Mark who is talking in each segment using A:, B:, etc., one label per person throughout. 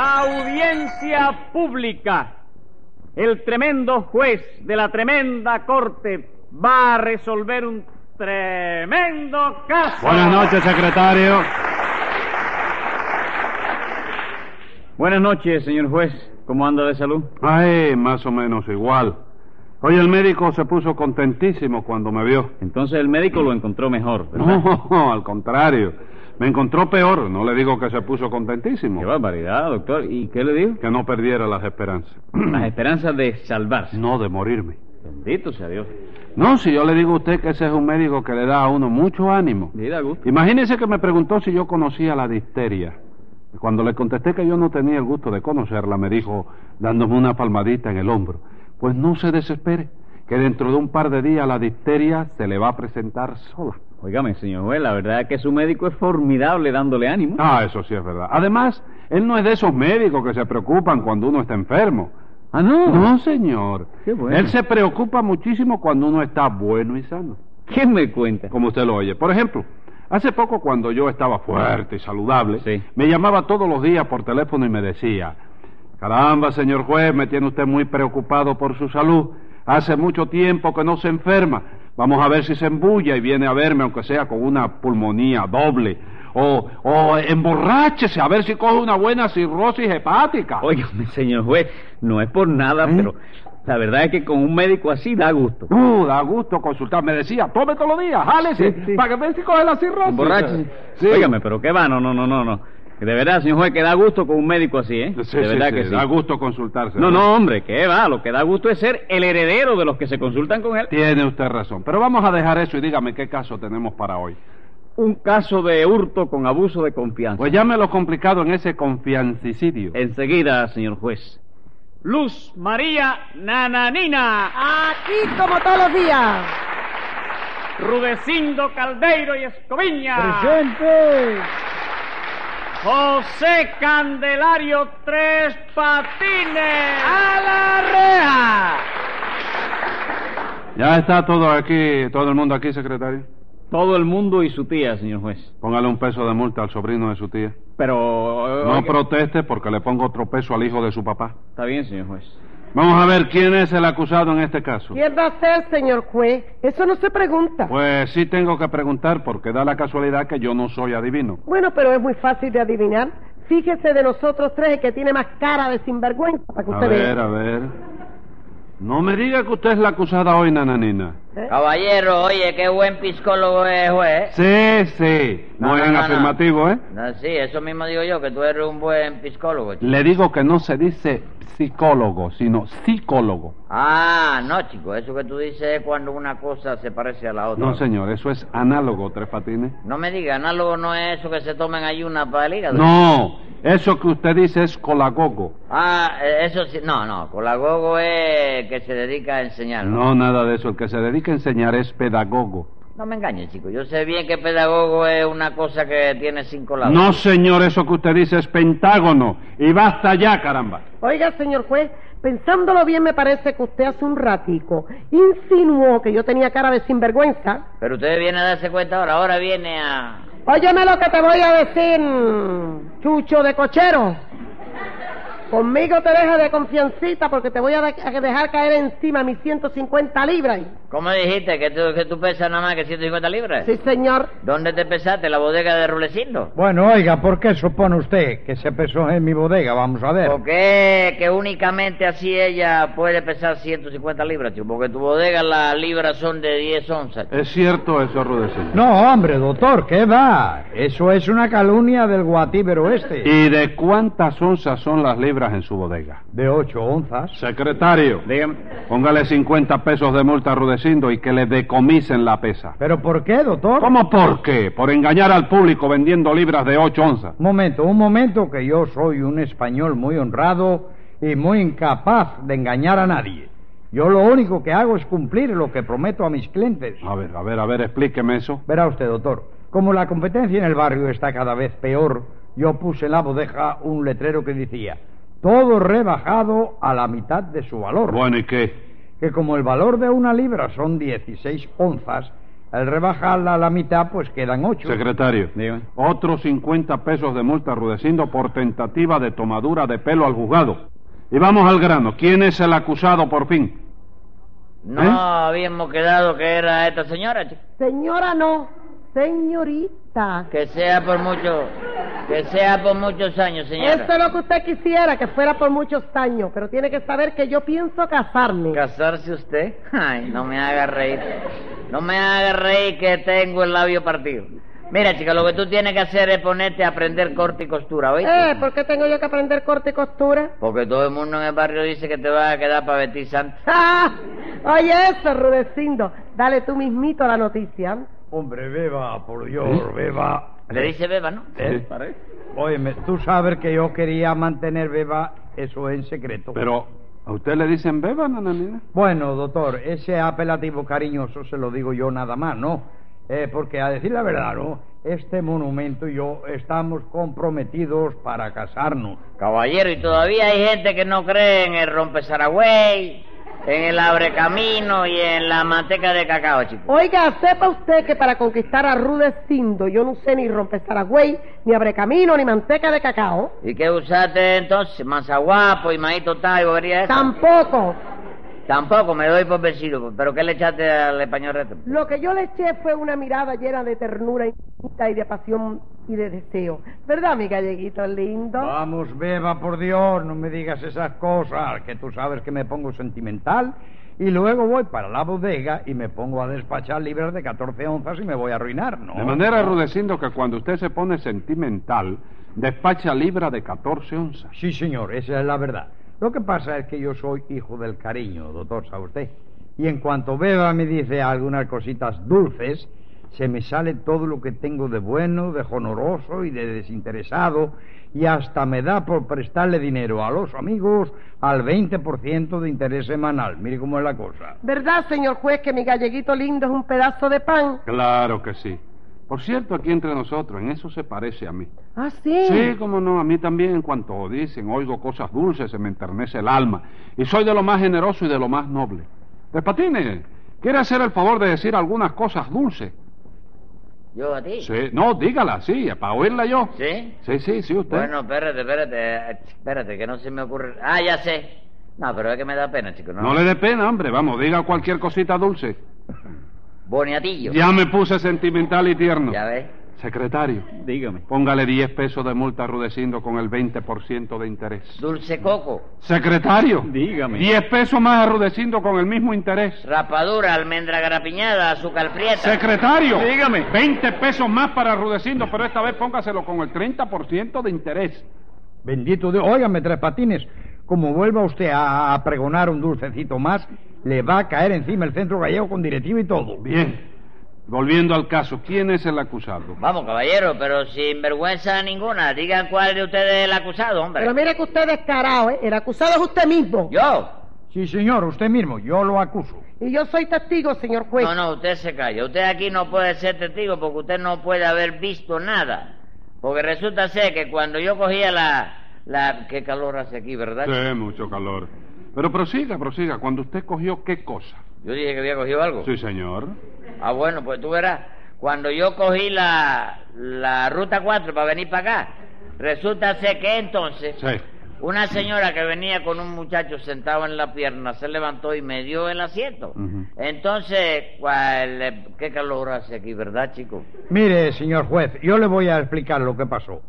A: Audiencia pública. El tremendo juez de la tremenda corte va a resolver un tremendo caso.
B: Buenas noches, secretario.
A: Buenas noches, señor juez. ¿Cómo anda de salud?
B: Ay, más o menos igual. Hoy el médico se puso contentísimo cuando me vio.
A: Entonces el médico lo encontró mejor, ¿verdad?
B: No, al contrario. Me encontró peor. No le digo que se puso contentísimo.
A: Qué barbaridad, doctor. ¿Y qué le dijo?
B: Que no perdiera las esperanzas.
A: Las esperanzas de salvarse.
B: No de morirme.
A: Bendito sea Dios.
B: No, si yo le digo a usted que ese es un médico que le da a uno mucho ánimo.
A: Le da gusto.
B: Imagínese que me preguntó si yo conocía la difteria. Cuando le contesté que yo no tenía el gusto de conocerla, me dijo, dándome una palmadita en el hombro, pues no se desespere, que dentro de un par de días la difteria se le va a presentar sola.
A: Óigame, señor juez, la verdad es que su médico es formidable dándole ánimo.
B: Ah, eso sí es verdad. Además, él no es de esos médicos que se preocupan cuando uno está enfermo. Ah, no. No, señor.
A: Qué bueno.
B: Él se preocupa muchísimo cuando uno está bueno y sano.
A: ¿Quién me cuenta?
B: como usted lo oye. Por ejemplo, hace poco cuando yo estaba fuerte y saludable,
A: Sí.
B: me llamaba todos los días por teléfono y me decía, caramba, señor juez, me tiene usted muy preocupado por su salud. Hace mucho tiempo que no se enferma. Vamos a ver si se embulla y viene a verme, aunque sea con una pulmonía doble. O, o emborráchese, a ver si coge una buena cirrosis hepática.
A: Óigame, señor juez, no es por nada,
B: ¿Eh?
A: pero la verdad es que con un médico así da gusto.
B: Uh, da gusto consultar. Me decía, tome todos los días, jálese,
A: Sí, sí.
B: para que ver si coge la cirrosis.
A: Borracho.
B: Sí.
A: Óigame, pero qué va, no, no, no, no, no. De verdad, señor juez, que da gusto con un médico así, ¿eh?
B: Sí,
A: de
B: sí,
A: verdad
B: sí,
A: que sí.
B: Da gusto consultarse.
A: No, no, hombre, qué va, lo que da gusto es ser el heredero de los que se consultan con él.
B: Tiene usted razón. Pero vamos a dejar eso y dígame qué caso tenemos para hoy.
A: Un caso de hurto con abuso de confianza.
B: Pues ya me lo complicado en ese confiancicidio.
A: Enseguida, señor juez. Luz María Nananina,
C: Ah. Aquí como todos los días.
A: Rudecindo Caldeiro y Escoviña.
C: Presente.
A: José Candelario Tres Patines. ¡A la reja!
B: Ya está todo aquí, todo el mundo aquí, secretario.
A: Todo el mundo y su tía, señor juez.
B: Póngale un peso de multa al sobrino de su tía.
A: Pero...
B: No
A: oiga,
B: proteste porque le pongo otro peso al hijo de su papá.
A: Está bien, señor juez.
B: Vamos a ver quién es el acusado en este caso.
C: ¿Quién va a ser, señor juez? Eso no se pregunta.
B: Pues sí tengo que preguntar porque da la casualidad que yo no soy adivino.
C: Bueno, pero es muy fácil de adivinar. Fíjese de nosotros tres el que tiene más cara de sinvergüenza para que
B: A
C: usted
B: ver,
C: vea.
B: a ver. No me diga que usted es la acusada hoy, nananina.
D: Caballero, oye, qué buen piscólogo es, juez.
B: Sí, sí.
D: No,
B: Muy
D: no,
B: en
D: no, no.
B: afirmativo, ¿eh?
D: No, sí, eso mismo digo yo, que tú eres un buen piscólogo. chico.
B: Le digo que no se dice psicólogo, sino psicólogo.
D: Ah, no, chico, eso que tú dices es cuando una cosa se parece a la otra.
B: No, señor, eso es análogo, Tres Patines.
D: No me digas, análogo no es eso que se toman ahí una para el hígado.
B: No, eso que usted dice es colagogo.
D: Ah, eh, eso sí, no, no, colagogo es que se dedica a enseñar.
B: No, nada de eso. El que se dedica a enseñar es pedagogo.
D: No me engañes, chico, yo sé bien que pedagogo es una cosa que tiene cinco lados.
B: No, señor, eso que usted dice es pentágono. Y basta ya, caramba.
C: Oiga, señor juez, pensándolo bien me parece que usted hace un ratico insinuó que yo tenía cara de sinvergüenza.
D: Pero usted viene a darse cuenta ahora, ahora viene a...
C: Óyeme lo que te voy a decir, chucho de cochero. Conmigo te deja de confiancita porque te voy a, de- a dejar caer encima mis 150 libras.
D: ¿Cómo dijiste? ¿Que tú, que tú pesas nada más que 150 libras?
C: Sí, señor.
D: ¿Dónde te pesaste? ¿La bodega de Rulecindo?
E: Bueno, oiga, ¿por qué supone usted que se pesó en mi bodega? Vamos a ver.
D: ¿Por qué que únicamente así ella puede pesar 150 libras, chico? Porque tu bodega las libras son de 10 onzas. chico.
B: Es cierto eso, Rudecindo.
E: No, hombre, doctor, ¿qué va? Eso es una calumnia del guatíbero este.
B: ¿Y de cuántas onzas son las libras en su bodega?
E: De ocho onzas.
B: Secretario,
A: Dígame.
B: póngale 50 pesos de multa a Rudecindo y que le decomisen la pesa.
E: ¿Pero por qué, doctor?
B: ¿Cómo por qué? Por engañar al público vendiendo libras de 8 onzas.
E: Un momento, un momento, que yo soy un español muy honrado y muy incapaz de engañar a nadie. Yo lo único que hago es cumplir lo que prometo a mis clientes.
B: A ver, a ver, a ver, explíqueme eso.
E: Verá usted, doctor, como la competencia en el barrio está cada vez peor, yo puse en la bodeja un letrero que decía, todo rebajado a la mitad de su valor.
B: Bueno, ¿y qué?
E: Que como el valor de una libra son 16 onzas, Al rebajarla a la mitad, pues quedan ocho.
B: Secretario,
E: Dígame.
B: otros 50 pesos de multa a Rudecindo por tentativa de tomadura de pelo al juzgado. Y vamos al grano. ¿Quién es el acusado por fin?
D: No
B: ¿Eh?
D: habíamos quedado que era esta señora, chico.
C: Señora, no. Señorita.
D: Que sea por mucho, que sea por muchos años, señora.
C: Eso es lo que usted quisiera, que fuera por muchos años, pero tiene que saber que yo pienso casarme.
D: ¿Casarse usted? Ay, no me haga reír. No me haga reír que tengo el labio partido. Mira, chica, lo que tú tienes que hacer es ponerte a aprender corte y costura, ¿oíste?
C: eh, ¿por qué tengo yo que aprender corte y costura?
D: Porque todo el mundo en el barrio dice que te vas a quedar para vestir santa.
C: ¡Ah! Oye eso, Rudecindo. Dale tú mismito la noticia.
E: Hombre, beba, por Dios, beba.
D: Le dice Beba, ¿no?
E: ¿Eh? Óyeme, tú sabes que yo quería mantener beba eso en secreto.
B: Pero, ¿a usted le dicen beba, nananina?
E: Bueno, doctor, ese apelativo cariñoso se lo digo yo nada más, ¿no? Eh, porque a decir la verdad, ¿no? Este monumento y yo estamos comprometidos para casarnos.
D: Caballero, y todavía hay gente que no cree en el rompe Saragüey, en el abre camino y en la manteca de cacao, chico.
C: Oiga, sepa usted que para conquistar a Rudecindo yo no sé ni romper Saragüey, ni abre camino, ni manteca de cacao.
D: ¿Y qué usaste entonces? Manzaguapo y maíz total y bobería esa?
C: Tampoco.
D: Tampoco, me doy por vencido. pues, ¿Pero qué le echaste al español reto?
C: Lo que yo le eché fue una mirada llena de ternura infinita y de pasión y de deseo. ¿Verdad, mi galleguito lindo?
E: Vamos, beba, por Dios, no me digas esas cosas, que tú sabes que me pongo sentimental. Y luego voy para la bodega y me pongo a despachar libras de 14 onzas y me voy a arruinar, ¿no?
B: De manera, Rudecindo, que cuando usted se pone sentimental, despacha libra de 14 onzas.
E: Sí, señor, esa es la verdad. Lo que pasa es que yo soy hijo del cariño, doctor, ¿sabe usted? Y en cuanto Beba me dice algunas cositas dulces, se me sale todo lo que tengo de bueno, de honoroso y de desinteresado, y hasta me da por prestarle dinero a los amigos al 20% de interés semanal. Mire cómo es la cosa.
C: ¿Verdad, señor juez, que mi galleguito lindo es un pedazo de pan?
B: Claro que sí. Por cierto, aquí entre nosotros, en eso se parece a mí.
C: Ah, sí.
B: Sí, cómo no, a mí también en cuanto dicen, oigo cosas dulces, se me enternece el alma. Y soy de lo más generoso y de lo más noble. Despatine, ¿quiere hacer el favor de decir algunas cosas dulces?
D: ¿Yo a ti?
B: Sí, no, dígala, sí, para oírla yo.
D: ¿Sí?
B: Sí, sí, sí, usted.
D: Bueno, espérate, espérate, eh, espérate, que no se me ocurre. Ah, ya sé. No, pero es que me da pena, chico. No,
B: no le dé pena, hombre, vamos, diga cualquier cosita dulce.
D: Boniatillo.
B: Ya me puse sentimental y tierno.
D: Ya ves.
B: Secretario,
A: Dígame.
B: póngale 10 pesos de multa rudeciendo con el 20% de interés.
D: Dulce coco,
B: Secretario,
A: Dígame.
B: 10 pesos más arrudeciendo con el mismo interés.
D: rapadura, almendra grapiñada, azúcar prieta.
B: Secretario,
A: Dígame.
B: 20 pesos más para Rudecindo, pero esta vez póngaselo con el 30% de interés.
E: Bendito Dios. Óigame, Tres Patines, como vuelva usted a, a pregonar un dulcecito más, le va a caer encima el centro gallego con directiva y todo.
B: Bien. Volviendo al caso, ¿quién es el acusado?
D: Vamos, caballero, pero sin vergüenza ninguna. Digan cuál de ustedes es el acusado, hombre.
C: Pero mire que usted es descarado, ¿eh? El acusado es usted mismo.
D: Yo.
E: Sí, señor, usted mismo, yo lo acuso.
C: Y yo soy testigo, señor juez.
D: No, no, usted se calla. Usted aquí no puede ser testigo porque usted no puede haber visto nada. Porque resulta ser que cuando yo cogía la... la... Qué calor hace aquí, ¿verdad?
B: Sí, mucho calor. Pero prosiga, prosiga. Cuando usted cogió qué cosa?
D: Yo dije que había cogido algo.
B: Sí, señor.
D: Ah, bueno, pues tú verás, cuando yo cogí la, la ruta 4 para venir para acá, resulta ser que entonces
B: Sí.
D: una señora que venía con un muchacho sentado en la pierna se levantó y me dio el asiento.
B: Ujú.
D: Entonces, ¿cuál, qué calor hace aquí, ¿verdad, chico?
E: Mire, señor juez, yo le voy a explicar lo que pasó.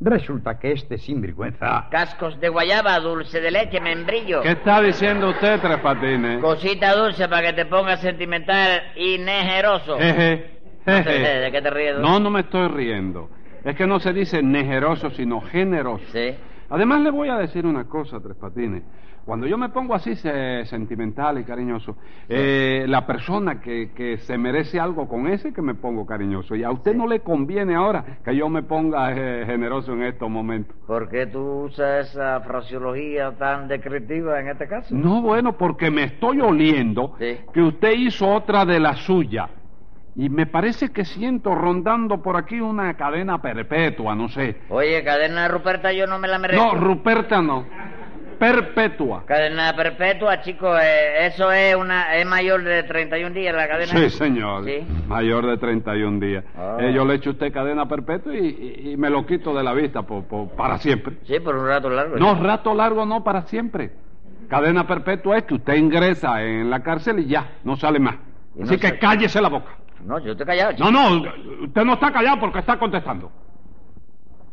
E: Resulta que este sinvergüenza.
D: Cascos de guayaba, dulce de leche, membrillo.
B: ¿Qué está diciendo usted, Tres Patines?
D: Cosita dulce para que te pongas sentimental y nejeroso.
B: Jeje,
D: No
B: jeje.
D: sé, ¿De qué te ríes?
B: eh, No, no me estoy riendo. Es que no se dice negeroso, sino generoso.
D: Sí.
B: Además, le voy a decir una cosa, Tres Patines. Cuando yo me pongo así se- sentimental y cariñoso, eh, la persona que, que se merece algo con ese que me pongo cariñoso. Y a usted no le conviene ahora que yo me ponga eh, generoso en estos momentos.
D: ¿Por qué tú usas esa fraseología tan descriptiva en este caso?
B: No, bueno, porque me estoy oliendo
D: Sí.
B: que usted hizo otra de la suya. Y me parece que siento rondando por aquí una cadena perpetua, no sé.
D: Oye, cadena Ruperta yo no me la merezco.
B: No, Ruperta no. perpetua.
D: Cadena perpetua, chico, eh, eso es una es mayor de 31 días la cadena.
B: Sí, señor.
D: Sí.
B: Mayor de 31 días.
D: Ah.
B: Eh, yo le echo a usted cadena perpetua y, y- y me lo quito de la vista por- por- para siempre.
D: Sí, por un rato largo.
B: No, rato largo no, para siempre. Cadena perpetua es que usted ingresa en la cárcel y ya, no sale más.
D: Y no
B: Así que
D: sale.
B: cállese la boca.
D: No, yo estoy callado,
B: No,
D: chico.
B: no, usted no está callado porque está contestando.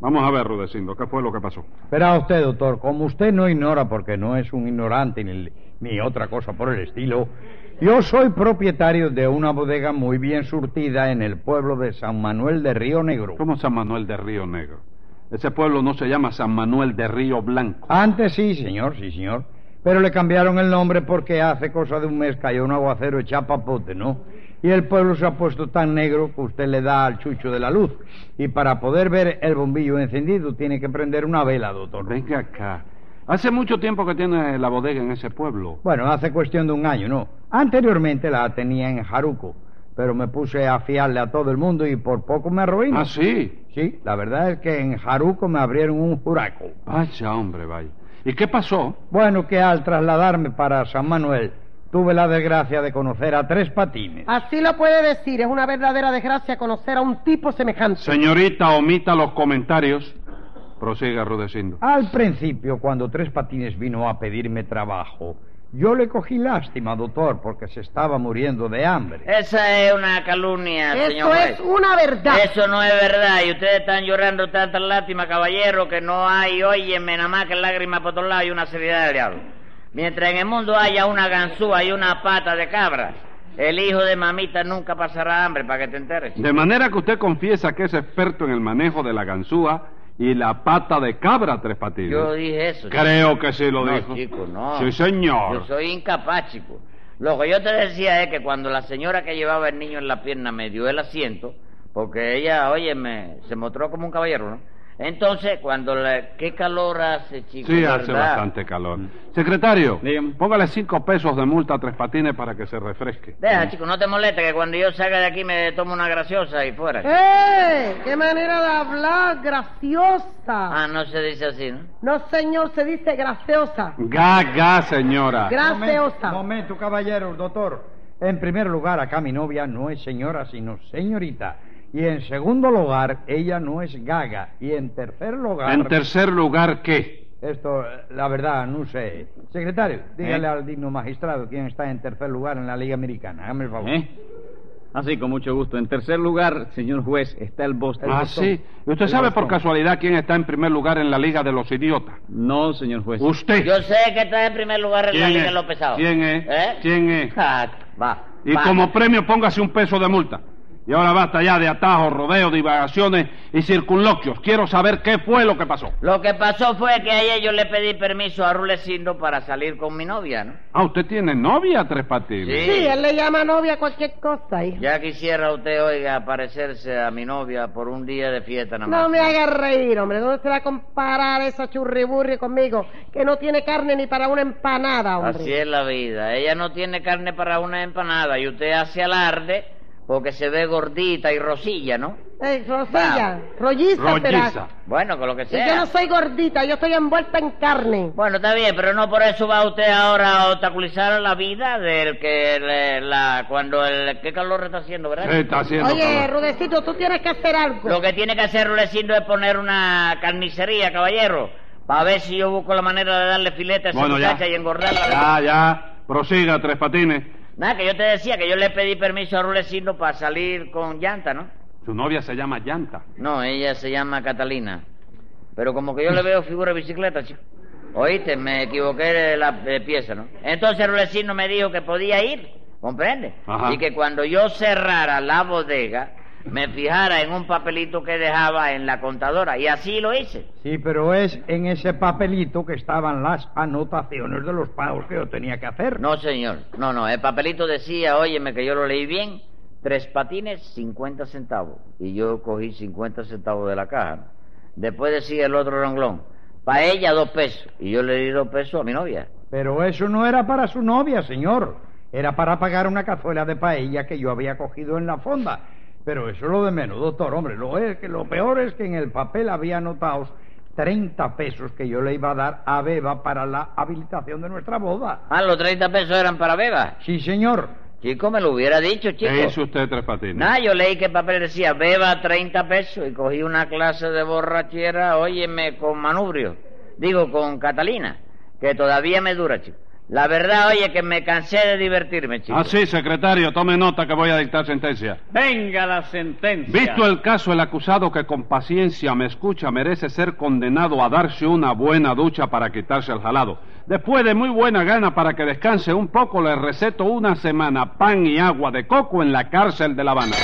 B: Vamos a ver, Rudecindo, ¿qué fue lo que pasó?
E: Verá usted, doctor, como usted no ignora porque no es un ignorante ni, ni otra cosa por el estilo, yo soy propietario de una bodega muy bien surtida en el pueblo de San Manuel de Río Negro.
B: ¿Cómo San Manuel de Río Negro? Ese pueblo no se llama San Manuel de Río Blanco.
E: Antes sí, señor, sí, señor. Pero le cambiaron el nombre porque hace cosa de un mes cayó un aguacero de chapapote, ¿no? Y el pueblo se ha puesto tan negro que usted le da al chucho de la luz. Y para poder ver el bombillo encendido tiene que prender una vela, doctor.
B: Venga acá. Hace mucho tiempo que tiene la bodega en ese pueblo.
E: Bueno, hace cuestión de un año, ¿no? Anteriormente la tenía en Jaruco, pero me puse a fiarle a todo el mundo y por poco me arruiné.
B: Ah, sí.
E: Sí, la verdad es que en Jaruco me abrieron un juraco.
B: Vaya, hombre, vaya. ¿Y qué pasó?
E: Bueno, que al trasladarme para San Manuel tuve la desgracia de conocer a tres patines.
C: Así lo puede decir, es una verdadera desgracia conocer a un tipo semejante.
B: Señorita, omita los comentarios. Prosiga, Rudecindo.
E: Al principio, cuando Tres Patines vino a pedirme trabajo, yo le cogí lástima, doctor, porque se estaba muriendo de hambre.
D: Esa es una calumnia,
C: Eso
D: señor.
C: es
D: juez.
C: una verdad.
D: Eso no es verdad. Y ustedes están llorando tanta lástima, caballero, que no hay, óyeme, nada más que lágrimas por todos lados y una seriedad del diablo. Mientras en el mundo haya una ganzúa y una pata de cabra, el hijo de mamita nunca pasará hambre, para que te enteres. chico.
B: De manera que usted confiesa que es experto en el manejo de la ganzúa y la pata de cabra, Tres Patines.
D: Yo dije eso. chico.
B: Creo que sí lo
D: no,
B: dijo.
D: chico, no.
B: Sí, señor.
D: Yo soy incapaz, chico. Lo que yo te decía es que cuando la señora que llevaba el niño en la pierna me dio el asiento, porque ella, óyeme, se mostró como un caballero, ¿no? Entonces, cuando la... ¿Qué calor hace, chico?
B: Sí,
D: ¿verdad?
B: hace bastante calor. Secretario,
A: Dígame.
B: póngale cinco pesos de multa a Tres Patines para que se refresque.
D: Deja, chico, no te moleste que cuando yo salga de aquí me tomo una graciosa y fuera. chico.
C: ¡Eh! ¡Qué manera de hablar! ¡Graciosa!
D: Ah, no se dice así, ¿no?
C: No, señor, se dice graciosa.
B: Gaga, señora.
C: Gra-
E: Momento,
C: Graciosa.
E: momento, caballero, doctor. En primer lugar, acá mi novia no es señora, sino señorita. Y en segundo lugar, ella no es gaga. Y en tercer lugar...
B: en tercer lugar, ¿qué?
E: Esto, eh, la verdad, no sé. Secretario, dígale
A: ¿Eh?
E: al digno magistrado quién está en tercer lugar en la Liga Americana. Hágame el favor.
A: ¿Eh? Así, con mucho gusto. En tercer lugar, señor juez, está el Boston.
B: Ah,
E: botón.
B: sí. ¿Y ¿Usted
E: El
B: sabe por
E: botón.
B: casualidad quién está en primer lugar en la Liga de los Idiotas?
A: No, señor
E: Pues,
A: juez.
B: Usted.
D: Yo sé que está en primer lugar en la
B: ¿Quién
D: Liga
B: es?
D: de los Pesados.
B: ¿Quién es?
D: ¿Eh?
B: ¿Quién es?
D: Ah, va.
B: Y
D: va.
B: como premio, póngase un peso de multa. Y ahora basta ya de atajos, rodeos, divagaciones y circunloquios. Quiero saber qué fue lo que pasó.
D: Lo que pasó fue que ayer yo le pedí permiso a Rulecindo para salir con mi novia, ¿no?
B: Ah, usted tiene novia, Tres Patines.
D: Sí.
C: Sí, él le llama novia a cualquier cosa, hija.
D: Ya quisiera usted, oiga, parecerse a mi novia por un día de fiesta nada más.
C: No me haga reír, hombre. ¿Dónde se va a comparar esa churriburri conmigo? Que no tiene carne ni para una empanada, hombre.
D: Así es la vida. Ella no tiene carne para una empanada y usted hace alarde porque se ve gordita y rosilla, ¿no?
C: Eh, Rosilla, rolliza,
B: Rolliza.
C: será.
D: Bueno, con lo que
C: Y yo
D: sea.
C: no soy gordita, yo estoy envuelta en carne.
D: Bueno, está bien, pero no por eso va usted ahora a obstaculizar la vida del que le- la cuando el qué calor está haciendo, ¿verdad?
B: Sí, está haciendo
C: Oye,
B: calor.
C: Rudecito, tú tienes que hacer algo.
D: Lo que tiene que hacer Rulecindo es poner una carnicería, caballero, para ver si yo busco la manera de darle filete a esa
B: Bueno, ya.
D: muchacha y engordarla.
B: Ya, ya. Prosiga, Tres Patines.
D: Nada, que yo te decía que yo le pedí permiso a Rulecindo para salir con llanta, ¿no?
B: Su novia se llama Llanta.
D: No, ella se llama Catalina. Pero como que yo le veo figura de bicicleta, chico. Oíste, me equivoqué de la de pieza, ¿no? Entonces Rulecindo me dijo que podía ir, ¿comprende?
B: Ajá.
D: Y que cuando yo cerrara la bodega, me fijara en un papelito que dejaba en la contadora. Y así lo hice.
E: Sí, pero es en ese papelito que estaban las anotaciones de los pagos que yo tenía que hacer.
D: No, señor. No, no. El papelito decía, óyeme, que yo lo leí bien. Tres patines, 50 centavos. Y yo cogí 50 centavos de la caja. Después decía el otro renglón. Para ella, dos pesos. Y yo le di dos pesos a mi novia.
E: Pero eso no era para su novia, señor. Era para pagar una cazuela de paella que yo había cogido en la fonda. Pero eso es lo de menos, doctor. Hombre, lo, es que lo peor es que en el papel había anotados 30 pesos que yo le iba a dar a Beba para la habilitación de nuestra boda.
D: Ah, los 30 pesos eran para Beba.
E: Sí, señor.
D: Chico, me lo hubiera dicho, chico.
B: ¿Qué hizo usted, Tres Patines?
D: Nah, yo leí que el papel decía beba 30 pesos y cogí una clase de borrachera, óyeme, con manubrio. Digo, con Catalina, que todavía me dura, chico. La verdad, oye, que me cansé de divertirme, chico.
B: Ah, sí, secretario, tome nota que voy a dictar sentencia.
A: Venga la sentencia.
B: Visto el caso, el acusado que con paciencia me escucha merece ser condenado a darse una buena ducha para quitarse el jalado. Después de muy buena gana para que descanse un poco, le receto una semana pan y agua de coco en la cárcel de La Habana.